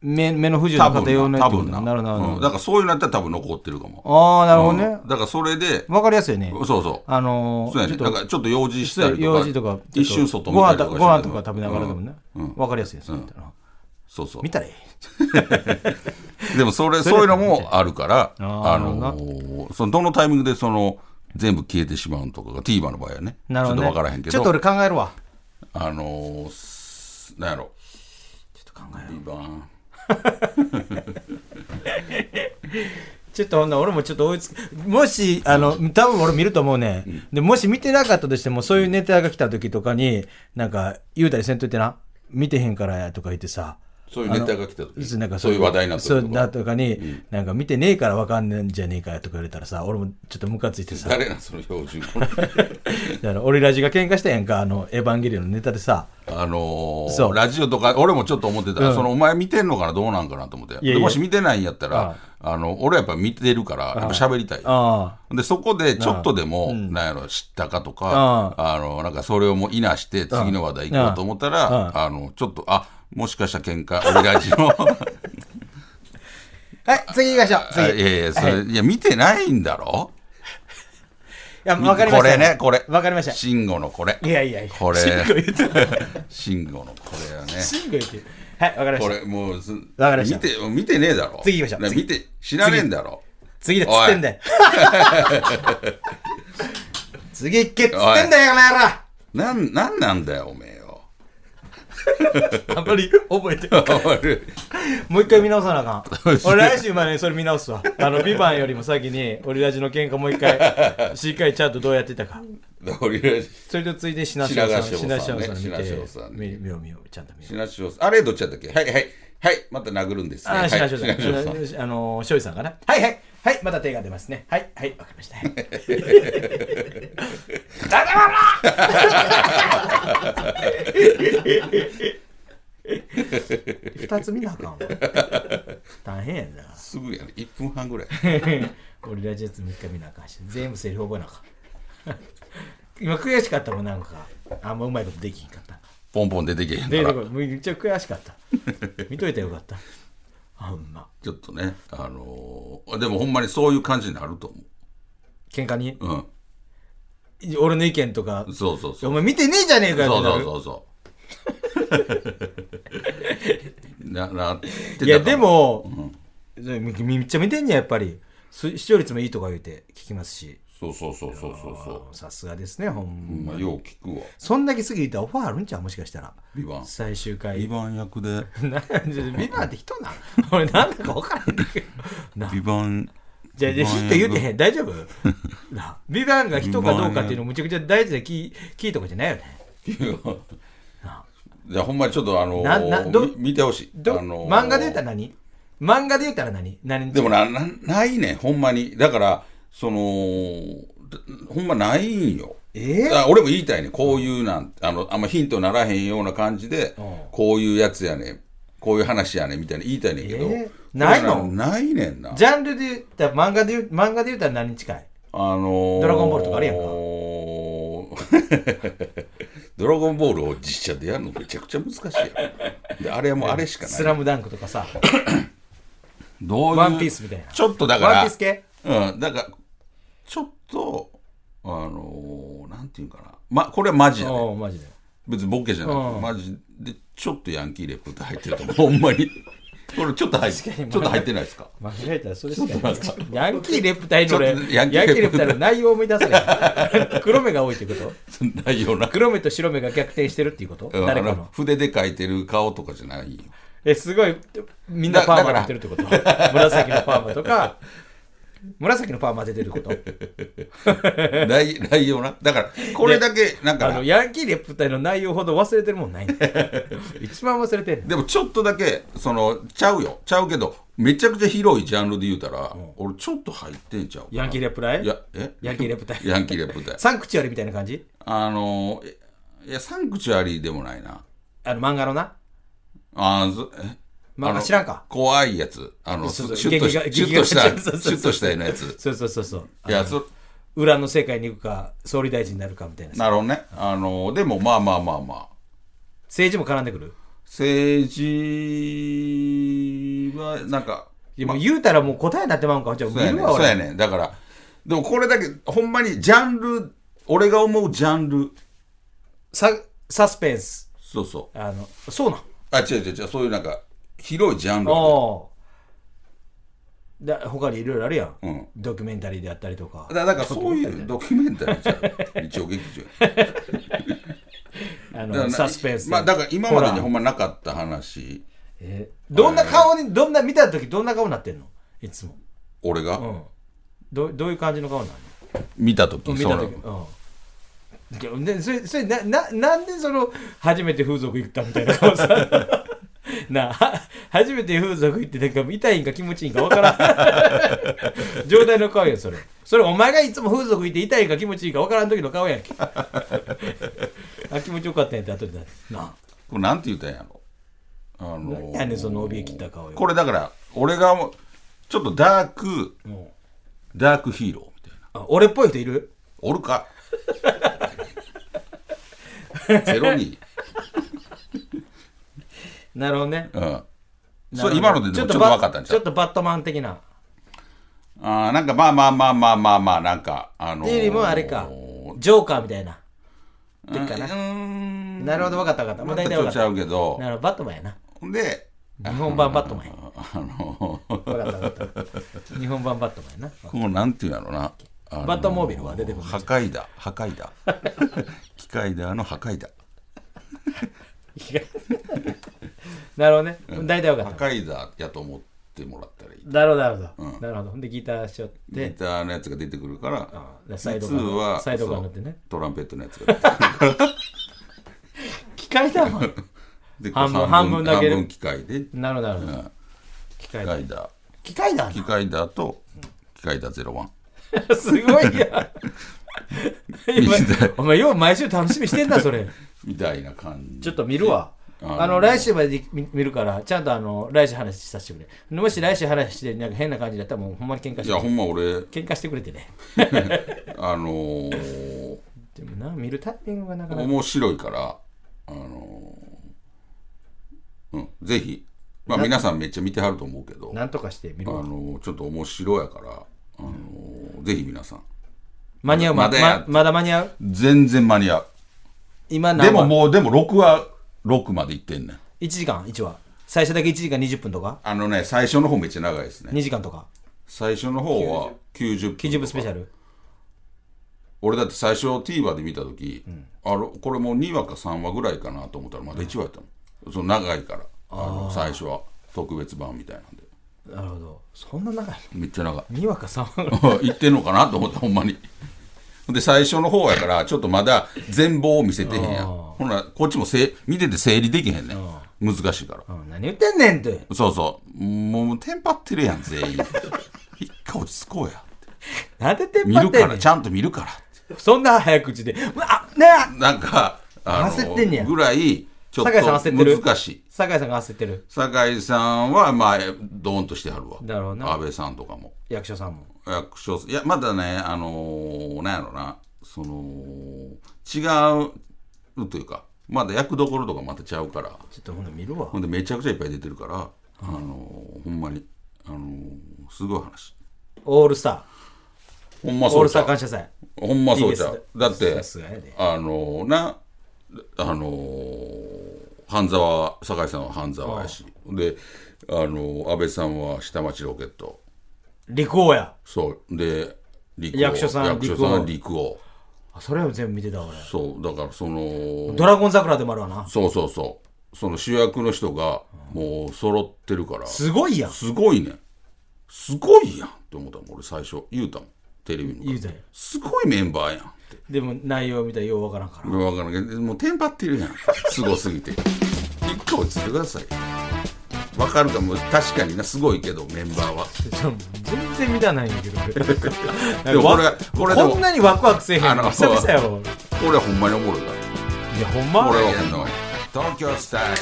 [SPEAKER 2] 目目の不自由
[SPEAKER 3] 多
[SPEAKER 2] な方用
[SPEAKER 3] 分
[SPEAKER 2] の
[SPEAKER 3] な。
[SPEAKER 2] や
[SPEAKER 3] 多
[SPEAKER 2] つ
[SPEAKER 3] 分な。
[SPEAKER 2] なるほどなる
[SPEAKER 3] う
[SPEAKER 2] ほ
[SPEAKER 3] ん
[SPEAKER 2] ど
[SPEAKER 3] だからそういうのやったら多分残ってるかも。
[SPEAKER 2] ああなるほどね
[SPEAKER 3] うんだからそれで、
[SPEAKER 2] わかりやすいね
[SPEAKER 3] そうそう。
[SPEAKER 2] あのー
[SPEAKER 3] そうやね。だからちょっと用事したりとか。
[SPEAKER 2] 用事とか
[SPEAKER 3] 一瞬外見
[SPEAKER 2] ご
[SPEAKER 3] た
[SPEAKER 2] 飯
[SPEAKER 3] りと
[SPEAKER 2] とご
[SPEAKER 3] かして
[SPEAKER 2] 飯とか食べながらでもね
[SPEAKER 3] うんうん
[SPEAKER 2] わかりやすいやつだったな
[SPEAKER 3] そうそう
[SPEAKER 2] 見。たらいい
[SPEAKER 3] でもそれ、そういうのもあるから、あ
[SPEAKER 2] あー
[SPEAKER 3] のーそのどのタイミングでその全部消えてしまうのとかが TVer の場合はね、
[SPEAKER 2] なるほど
[SPEAKER 3] ちょ
[SPEAKER 2] ね
[SPEAKER 3] っと分からへんけ
[SPEAKER 2] ちょっと俺
[SPEAKER 3] ど、
[SPEAKER 2] 考えるわ
[SPEAKER 3] あのーす、なんやろ、
[SPEAKER 2] ちょっと考える
[SPEAKER 3] TVer、
[SPEAKER 2] ちょっとほんなら俺もちょっと追いつく。もし、あの、多分俺見ると思うね。で、もし見てなかったとしても、そういうネタが来た時とかに、なんか、言うたりせんといてな。見てへんからやとか言ってさ。
[SPEAKER 3] そういうネタが来た
[SPEAKER 2] いつ
[SPEAKER 3] 時
[SPEAKER 2] なんか
[SPEAKER 3] そういう話題になった
[SPEAKER 2] そう
[SPEAKER 3] 時と
[SPEAKER 2] な
[SPEAKER 3] か
[SPEAKER 2] とかに、なんか見てねえからわかんねえんじゃねえかやとか言われたらさ、俺もちょっとムカついてさ。
[SPEAKER 3] 誰なんその標準
[SPEAKER 2] [laughs]
[SPEAKER 3] 語
[SPEAKER 2] だから俺ラジが喧嘩したやんか、あの、エヴァンゲリオンのネタでさ。
[SPEAKER 3] あのー
[SPEAKER 2] そう
[SPEAKER 3] ラジオとか、俺もちょっと思ってた、
[SPEAKER 2] うん
[SPEAKER 3] そのお前見てんのかな、どうなんかなと思って、
[SPEAKER 2] いや
[SPEAKER 3] でもし見てないんやった
[SPEAKER 2] あ
[SPEAKER 3] ら、あの俺はやっぱ見てるから、やっぱ喋りたい。
[SPEAKER 2] あ
[SPEAKER 3] で、そこでちょっとでも、なんやろ、知ったかとか
[SPEAKER 2] あ、
[SPEAKER 3] あの、なんかそれをもういなして、次の話題行こうと思った
[SPEAKER 2] あ
[SPEAKER 3] ら、あの、ちょっと、あ、もしかしたら喧嘩、俺ラジ
[SPEAKER 2] [laughs]
[SPEAKER 3] オ。
[SPEAKER 2] あ。はい、次行きましょう。
[SPEAKER 3] あ
[SPEAKER 2] 次。
[SPEAKER 3] いやいや、それ、いや、見てないんだろ
[SPEAKER 2] いや、わかりました。
[SPEAKER 3] これね、これ。
[SPEAKER 2] わかりました。
[SPEAKER 3] 慎吾のこれ。
[SPEAKER 2] いやいやいや。
[SPEAKER 3] これ
[SPEAKER 2] シンゴ言ってる。
[SPEAKER 3] 慎吾のこ
[SPEAKER 2] [laughs]
[SPEAKER 3] れやね。
[SPEAKER 2] シンゴ言ってる。はい、わかりま
[SPEAKER 3] こ
[SPEAKER 2] した。
[SPEAKER 3] れ、もうす、見
[SPEAKER 2] わかりました
[SPEAKER 3] て、見てねえだろ。
[SPEAKER 2] 次行きましょう
[SPEAKER 3] ね
[SPEAKER 2] 次
[SPEAKER 3] 見て、知らねえんだろ。
[SPEAKER 2] 次だっつってん
[SPEAKER 3] [laughs]
[SPEAKER 2] だよ。次行けっつってんだよ、この
[SPEAKER 3] なん、なんなんだよ、おめえよ。
[SPEAKER 2] 野郎。あんまり覚え
[SPEAKER 3] [laughs]
[SPEAKER 2] てない。もう一回見直さなあかん。俺来週までにそれ見直すわ。あの、ビバンよりも先に、俺ラジの喧嘩もう一
[SPEAKER 3] [laughs]
[SPEAKER 2] 回、しっかりちゃんとどうやってたか。
[SPEAKER 3] 俺らし
[SPEAKER 2] それとついで品塩さん、
[SPEAKER 3] 品
[SPEAKER 2] 品
[SPEAKER 3] 川
[SPEAKER 2] 塩
[SPEAKER 3] 庄
[SPEAKER 2] さん
[SPEAKER 3] さん
[SPEAKER 2] 見
[SPEAKER 3] ね品
[SPEAKER 2] て
[SPEAKER 3] 川庄さん、
[SPEAKER 2] 見見よう見よう、ちゃんと見よう。
[SPEAKER 3] 品塩あれどっちだったっけはいはいはいまた殴るんですね
[SPEAKER 2] あ
[SPEAKER 3] は
[SPEAKER 2] あ、
[SPEAKER 3] い
[SPEAKER 2] 品塩さん。
[SPEAKER 3] 品塩さん
[SPEAKER 2] あの、庄司さんかな。はいはい。はい、また手が出ますね。はい、はい、わかりました。
[SPEAKER 3] [laughs]
[SPEAKER 2] はいだだまら二つ見なあかんわ。大変やな。
[SPEAKER 3] すぐやね1分半ぐらい
[SPEAKER 2] 俺ラジオやつ3日見なあかんし、全部セリフ覚えなあかん。今悔しかったもん、なんか。あんまうまいことできひんかったんか。
[SPEAKER 3] ポンポン出てけへんか
[SPEAKER 2] で、だ
[SPEAKER 3] ら
[SPEAKER 2] からめっちゃ悔しかった。見といたらよかった。あんま。
[SPEAKER 3] ちょっとねあのーでもほんまにそういう感じになると思
[SPEAKER 2] 喧嘩に
[SPEAKER 3] ううん
[SPEAKER 2] 俺の意見とか、
[SPEAKER 3] そうそうそう
[SPEAKER 2] お前見てねえじゃねえかよっ
[SPEAKER 3] そ
[SPEAKER 2] て
[SPEAKER 3] う
[SPEAKER 2] なる
[SPEAKER 3] そうそうそう [laughs] ななってたか
[SPEAKER 2] いや、でも、めめっちゃ見てんねや、やっぱり。す視聴率もいいとか言うて聞きますし。
[SPEAKER 3] そうそうそうそうそうそ
[SPEAKER 2] さすがですね、ほ
[SPEAKER 3] う、
[SPEAKER 2] んま。
[SPEAKER 3] まあ、よう聞くわ
[SPEAKER 2] そんだけ過ぎたらオファーあるんちゃうもしかしたら。
[SPEAKER 3] ビバン
[SPEAKER 2] 最終
[SPEAKER 3] ビ
[SPEAKER 2] 回。
[SPEAKER 3] バン役で
[SPEAKER 2] [laughs] なんかビバンって人なん俺なんだか分からへんねんけど。な
[SPEAKER 3] ビバン
[SPEAKER 2] じゃあ、じゃあヒット言うてへん。大丈
[SPEAKER 3] [laughs]
[SPEAKER 2] 夫なビバンが人かどうかっていう
[SPEAKER 3] ビバン
[SPEAKER 2] のむちゃくちゃ大事なキーキーとかじゃないよね。
[SPEAKER 3] [laughs] じゃあほんまにちょっとあのー
[SPEAKER 2] ななど
[SPEAKER 3] み見てほしい、
[SPEAKER 2] ど
[SPEAKER 3] あのー
[SPEAKER 2] 漫画で言ったら何漫画で言ったら何何に
[SPEAKER 3] でもななないねんほんまにだからそのほんまないんよ。
[SPEAKER 2] え
[SPEAKER 3] だから俺も言いたいね。こういうなん、あの、あんまヒントならへんような感じで
[SPEAKER 2] うん、
[SPEAKER 3] こういうやつやねん。こういう話やねんみたいな言いたいねんけど。
[SPEAKER 2] えーないの
[SPEAKER 3] これないねんな。
[SPEAKER 2] ジャンルで言ったら、漫画で言う、漫画で言ったら何に近い
[SPEAKER 3] あのー、
[SPEAKER 2] ドラゴンボールとかあるやんか
[SPEAKER 3] か。 [laughs] ドラゴンボールを実写でやるのめちゃくちゃ難しいやん。で、あれはもうあれしかない。
[SPEAKER 2] スラムダンクとかさ、
[SPEAKER 3] どういう
[SPEAKER 2] ワンピースみたいな
[SPEAKER 3] ちょっとだから。
[SPEAKER 2] ワンピース系
[SPEAKER 3] うん、だから、ちょっと、あのー、なんていうんかな。ま、これはマジやね。
[SPEAKER 2] おうマジで。
[SPEAKER 3] 別にボケじゃな
[SPEAKER 2] う
[SPEAKER 3] く
[SPEAKER 2] ん
[SPEAKER 3] て、マジで、ちょっとヤンキーレプって入ってると思う。ほ [laughs] んまに。これちょっと入って、
[SPEAKER 2] 確かに
[SPEAKER 3] ちょっと入ってないですか [laughs]
[SPEAKER 2] 間違えたらそれしかない。ヤンキーレプ隊の俺、
[SPEAKER 3] ちょっと
[SPEAKER 2] ヤ
[SPEAKER 3] ヤ
[SPEAKER 2] ン
[SPEAKER 3] ン
[SPEAKER 2] キー
[SPEAKER 3] キーレプ
[SPEAKER 2] レプ隊の内容を思い出せない。 [laughs] 黒目が多いってこと
[SPEAKER 3] そんな内容な。
[SPEAKER 2] 黒目と白目が逆転してるっていうこと
[SPEAKER 3] う
[SPEAKER 2] [laughs]
[SPEAKER 3] ん
[SPEAKER 2] 誰か
[SPEAKER 3] あの
[SPEAKER 2] の。
[SPEAKER 3] 筆で描いてる顔とかじゃない [laughs] よ。
[SPEAKER 2] え、すごい、みんなパーマ当てるってこと紫のパーマとか、紫のパーマ当ててること
[SPEAKER 3] 内内容な。だから、これだけ、なんか
[SPEAKER 2] あ
[SPEAKER 3] な
[SPEAKER 2] の、ヤンキーレプ隊の内容ほど忘れてるも
[SPEAKER 3] [laughs]
[SPEAKER 2] んないね一番忘れてる。
[SPEAKER 3] でもちょっとだけ、その、ちゃうよ。ちゃうけど、めちゃくちゃ広いジャンルで言うたら、俺ちょっと入ってんちゃうかな
[SPEAKER 2] ヤンキーレプ隊
[SPEAKER 3] いや、え
[SPEAKER 2] ヤンキーレプ隊
[SPEAKER 3] ヤンキーレプ隊。
[SPEAKER 2] サンクチュアリみたいな感じ
[SPEAKER 3] あのー、えいや、サンクチュアリでもないな。
[SPEAKER 2] あの、漫画のな。
[SPEAKER 3] あーずえ
[SPEAKER 2] まあ
[SPEAKER 3] の
[SPEAKER 2] 知らんか
[SPEAKER 3] 怖いやつ。あの、シ
[SPEAKER 2] そう
[SPEAKER 3] ュ
[SPEAKER 2] そう
[SPEAKER 3] ッとし
[SPEAKER 2] 劇画
[SPEAKER 3] シュッとした、
[SPEAKER 2] 劇 [laughs] 画そうそうそう
[SPEAKER 3] シュッとしたようなやつ。
[SPEAKER 2] そうそうそうそう。
[SPEAKER 3] いや、そ、
[SPEAKER 2] 裏の世界に行くか、総理大臣になるかみたいな。
[SPEAKER 3] なるほどね。あのー、でもまあまあまあまあ。
[SPEAKER 2] 政治も絡んでくる
[SPEAKER 3] 政治は、なんか、
[SPEAKER 2] いやもう言うたらもう答えになってまうんか。じゃあ
[SPEAKER 3] そうや
[SPEAKER 2] 見
[SPEAKER 3] ね
[SPEAKER 2] る
[SPEAKER 3] ん
[SPEAKER 2] わ、
[SPEAKER 3] そうや
[SPEAKER 2] 俺。
[SPEAKER 3] ねんだから、でもこれだけ、ほんまにジャンル、俺が思うジャンル、
[SPEAKER 2] ササスペンス。
[SPEAKER 3] そうそう。
[SPEAKER 2] あの、そうなん。
[SPEAKER 3] あ、違う違う違う、そういうなんか、広いジャンル。
[SPEAKER 2] ああ。だ他にいろいろあるやん,、
[SPEAKER 3] うん
[SPEAKER 2] ドキュメンタリーであったりとか。
[SPEAKER 3] だだからそういうドキュメンタリーじ
[SPEAKER 2] [laughs]
[SPEAKER 3] ゃん。一応劇場や
[SPEAKER 2] あ
[SPEAKER 3] だから
[SPEAKER 2] の
[SPEAKER 3] な
[SPEAKER 2] サスペンス。
[SPEAKER 3] まあだから今までに
[SPEAKER 2] ホラ
[SPEAKER 3] ほ
[SPEAKER 2] ー
[SPEAKER 3] んまなかった話、
[SPEAKER 2] えーどんな顔に、どんな、見た時どんな顔になってんのいつも。
[SPEAKER 3] 俺が
[SPEAKER 2] うん。どどういう感じの顔なの
[SPEAKER 3] 見たとき、
[SPEAKER 2] 見
[SPEAKER 3] そ
[SPEAKER 2] た
[SPEAKER 3] の
[SPEAKER 2] 時。うん。で、それ、それな、な、なんでその、初めて風俗行ったみたいな顔さ。 [laughs] なあ、は初めて風俗行って、なんか痛いんか気持ちいいんかわから
[SPEAKER 3] [laughs]
[SPEAKER 2] ん。状態の顔やん、それ。それ、お前がいつも風俗行って痛いんか気持ちいいんかわからん時の顔やんけ。あ、気持ちよかったんやって、後でな。な
[SPEAKER 3] これなんて言ったんやろ。あの
[SPEAKER 2] あ。
[SPEAKER 3] ー
[SPEAKER 2] やねんその怯え切った顔よ。
[SPEAKER 3] これだから、俺がもうちょっとダーク、
[SPEAKER 2] うん
[SPEAKER 3] ダークヒーローみたいな。
[SPEAKER 2] あ俺っぽい人いる
[SPEAKER 3] おるか [laughs] ゼロに。
[SPEAKER 2] なるほどね。
[SPEAKER 3] うん。それ今のででもちょっと分かったんち
[SPEAKER 2] ち
[SPEAKER 3] ゃ
[SPEAKER 2] ょっ
[SPEAKER 3] う
[SPEAKER 2] とバットマン的な。
[SPEAKER 3] あーなんかまあまあまあまあまあまあ、なんか、あの
[SPEAKER 2] って
[SPEAKER 3] ー。
[SPEAKER 2] いうよりもあれか、ジョーカーみたいな。
[SPEAKER 3] うん。うーん。
[SPEAKER 2] なるほど、分かった分かった。もう
[SPEAKER 3] また
[SPEAKER 2] 大体分かっ
[SPEAKER 3] ちょっとち
[SPEAKER 2] た。
[SPEAKER 3] ゃうけど
[SPEAKER 2] な。るほど、バットマンやな。
[SPEAKER 3] で、
[SPEAKER 2] 日本版バットマンや。
[SPEAKER 3] あの、
[SPEAKER 2] 分かった分かった。日本版バットマンやな。
[SPEAKER 3] このなんていうんやろな。あの
[SPEAKER 2] バットモービルは出てこない
[SPEAKER 3] 破壊だ、破壊だ。 [laughs] 機械だの破壊だ。
[SPEAKER 2] なるほどね。大体分か
[SPEAKER 3] 破
[SPEAKER 2] った。
[SPEAKER 3] 壊だやと思ってもらったらいい。
[SPEAKER 2] なるほど、なるほど。なるほど。ほんで、ギターしよっ
[SPEAKER 3] ギ
[SPEAKER 2] て、
[SPEAKER 3] ターのやつが出てくるから
[SPEAKER 2] う、んでサイド
[SPEAKER 3] 実
[SPEAKER 2] ガン
[SPEAKER 3] は、
[SPEAKER 2] サイドガン乗ってね
[SPEAKER 3] そうトランペットのやつが出
[SPEAKER 2] [laughs]
[SPEAKER 3] てくる
[SPEAKER 2] 機械 [laughs] だもん。
[SPEAKER 3] で
[SPEAKER 2] 半分
[SPEAKER 3] こう
[SPEAKER 2] 半分だけ
[SPEAKER 3] 半分機械で、機
[SPEAKER 2] なるほど、なるほど。機械だ。
[SPEAKER 3] 械だ、
[SPEAKER 2] 機械だ
[SPEAKER 3] 機械だと、機械だゼロワン。
[SPEAKER 2] な。すご [laughs] いやん。お前、よう毎週楽しみしてんな、それ。
[SPEAKER 3] みたいな感じ。
[SPEAKER 2] ちょっと見るわ。
[SPEAKER 3] あの
[SPEAKER 2] あの、来週まで見見るから、ちゃんとあの、来週話させてくれ。もし来週話して、なんか変な感じだったら、もうほんまに喧嘩し
[SPEAKER 3] いや、ほ
[SPEAKER 2] て。
[SPEAKER 3] んま俺、
[SPEAKER 2] 喧嘩してくれてね。
[SPEAKER 3] あのー、
[SPEAKER 2] でもな、見るタイミングがなかなか。
[SPEAKER 3] 面白いから、あのー、うん、ぜひ、まあ皆さんめっちゃ見てはると思うけど、あ
[SPEAKER 2] なんとかして見る
[SPEAKER 3] の
[SPEAKER 2] わ。
[SPEAKER 3] ーちょっと面白いやから、あのーぜひ皆さん、
[SPEAKER 2] 間に合う、ま
[SPEAKER 3] まだや
[SPEAKER 2] ままだ間に合う。
[SPEAKER 3] 全然間に合う。
[SPEAKER 2] 今何
[SPEAKER 3] でも
[SPEAKER 2] 話
[SPEAKER 3] もう、でも6は、6までいってんねん。
[SPEAKER 2] 1時間、1話。最初だけ1時間20分とか
[SPEAKER 3] あのね、最初の方めっちゃ長いですね。
[SPEAKER 2] ?2 時間とか
[SPEAKER 3] 最初の方は90分。
[SPEAKER 2] ?90 分スペシャル
[SPEAKER 3] 俺だって最初 TVer で見た時、あのこれもう2話か3話ぐらいかなと思ったらまだ1話やったの,、その長いからあの最初は特別版みたいなんで
[SPEAKER 2] なるほど。そんな長い
[SPEAKER 3] めっちゃ長い
[SPEAKER 2] の ?2 話か3話ぐ
[SPEAKER 3] [laughs]
[SPEAKER 2] らい。
[SPEAKER 3] 言ってんのかなと思ったほんまにで最初の方やからちょっとまだ全貌を見せてへんやんほなこっちもせ見てて整理できへんねん難しいから
[SPEAKER 2] うん、何言ってんねんって。
[SPEAKER 3] [laughs] そうそうもうテンパってるやん全員一回落ち着こうや
[SPEAKER 2] なんでテン
[SPEAKER 3] 見
[SPEAKER 2] パっ
[SPEAKER 3] る
[SPEAKER 2] て
[SPEAKER 3] か
[SPEAKER 2] んね
[SPEAKER 3] ら、
[SPEAKER 2] ん
[SPEAKER 3] ちゃんと見るから。
[SPEAKER 2] そんな早口で、うわあ、ね
[SPEAKER 3] なんか、あの
[SPEAKER 2] 焦ってんねや
[SPEAKER 3] ぐらい、ちょっ
[SPEAKER 2] 酒井さん焦
[SPEAKER 3] と
[SPEAKER 2] ってる
[SPEAKER 3] 難しい。
[SPEAKER 2] 酒井さんが焦ってる。
[SPEAKER 3] 酒井さんは、まあ、ドーンとしてはるわ。
[SPEAKER 2] なるほどな
[SPEAKER 3] 安倍さんとかも。
[SPEAKER 2] 役所さんも。
[SPEAKER 3] 役所、いや、まだね、あのーなんやろな、その、違うというか、まだ役どころとかまたちゃうから、
[SPEAKER 2] ちょっとほんで見るわ
[SPEAKER 3] ほ。んでめちゃくちゃいっぱい出てるから、あのーほんまに、あのーすごい話。
[SPEAKER 2] オールスター。
[SPEAKER 3] ほんま
[SPEAKER 2] オ
[SPEAKER 3] そ
[SPEAKER 2] ー
[SPEAKER 3] う
[SPEAKER 2] ルス
[SPEAKER 3] ち
[SPEAKER 2] タ
[SPEAKER 3] ゃ
[SPEAKER 2] ー感
[SPEAKER 3] う。
[SPEAKER 2] 謝祭。
[SPEAKER 3] ほんまそうちゃ
[SPEAKER 2] いいうで。す
[SPEAKER 3] だって
[SPEAKER 2] さすがやで、
[SPEAKER 3] あのーな、あのー半沢、酒井さんは半沢やし、で、あのー安倍さんは下町ロケット。
[SPEAKER 2] 陸王や。
[SPEAKER 3] そう。で、陸
[SPEAKER 2] 役所さん
[SPEAKER 3] 役所さん、
[SPEAKER 2] 陸
[SPEAKER 3] 陸王。
[SPEAKER 2] あそれは全部見てたわ俺。
[SPEAKER 3] そう、だからその、
[SPEAKER 2] ドラゴン桜でもあるわな。
[SPEAKER 3] そうそうそう。その主役の人が、もう揃ってるから、す
[SPEAKER 2] すごいやん。
[SPEAKER 3] ごいね。すごいやんって思ったもん、俺最初。言うたもん。テレビの。
[SPEAKER 2] 言うたよ
[SPEAKER 3] すごいメンバーやん。
[SPEAKER 2] でも内容見たらようわからんから。
[SPEAKER 3] 俺わからんけど、もうテンパってるやん。すごすぎて。一回落ちてください。わかるかも、確かにな、すごいけど、メンバーは。
[SPEAKER 2] ちょっと全然見たないんだけど。
[SPEAKER 3] [laughs] でもこれ
[SPEAKER 2] なんか
[SPEAKER 3] これでも
[SPEAKER 2] こんなにワクワクせえへん
[SPEAKER 3] あの
[SPEAKER 2] の久々やわ。
[SPEAKER 3] これはほんまにおもろいから。
[SPEAKER 2] いや、ほんま
[SPEAKER 3] これはほんまに。東京スタイル。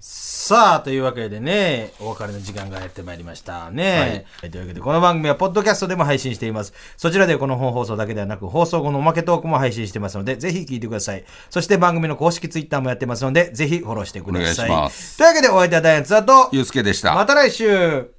[SPEAKER 2] さあ、というわけでね、お別れの時間がやってまいりましたね。はいというわけで、この番組はポッドキャストでも配信しています。そちらではこの本放送だけではなく、放送後のおまけトークも配信してますので、ぜひ聞いてください。そして番組の公式ツイッターもやってますので、ぜひフォローしてください。
[SPEAKER 3] お願いします
[SPEAKER 2] というわけで、お相手はダイアンツだと、
[SPEAKER 3] ゆうすけでした。
[SPEAKER 2] また来週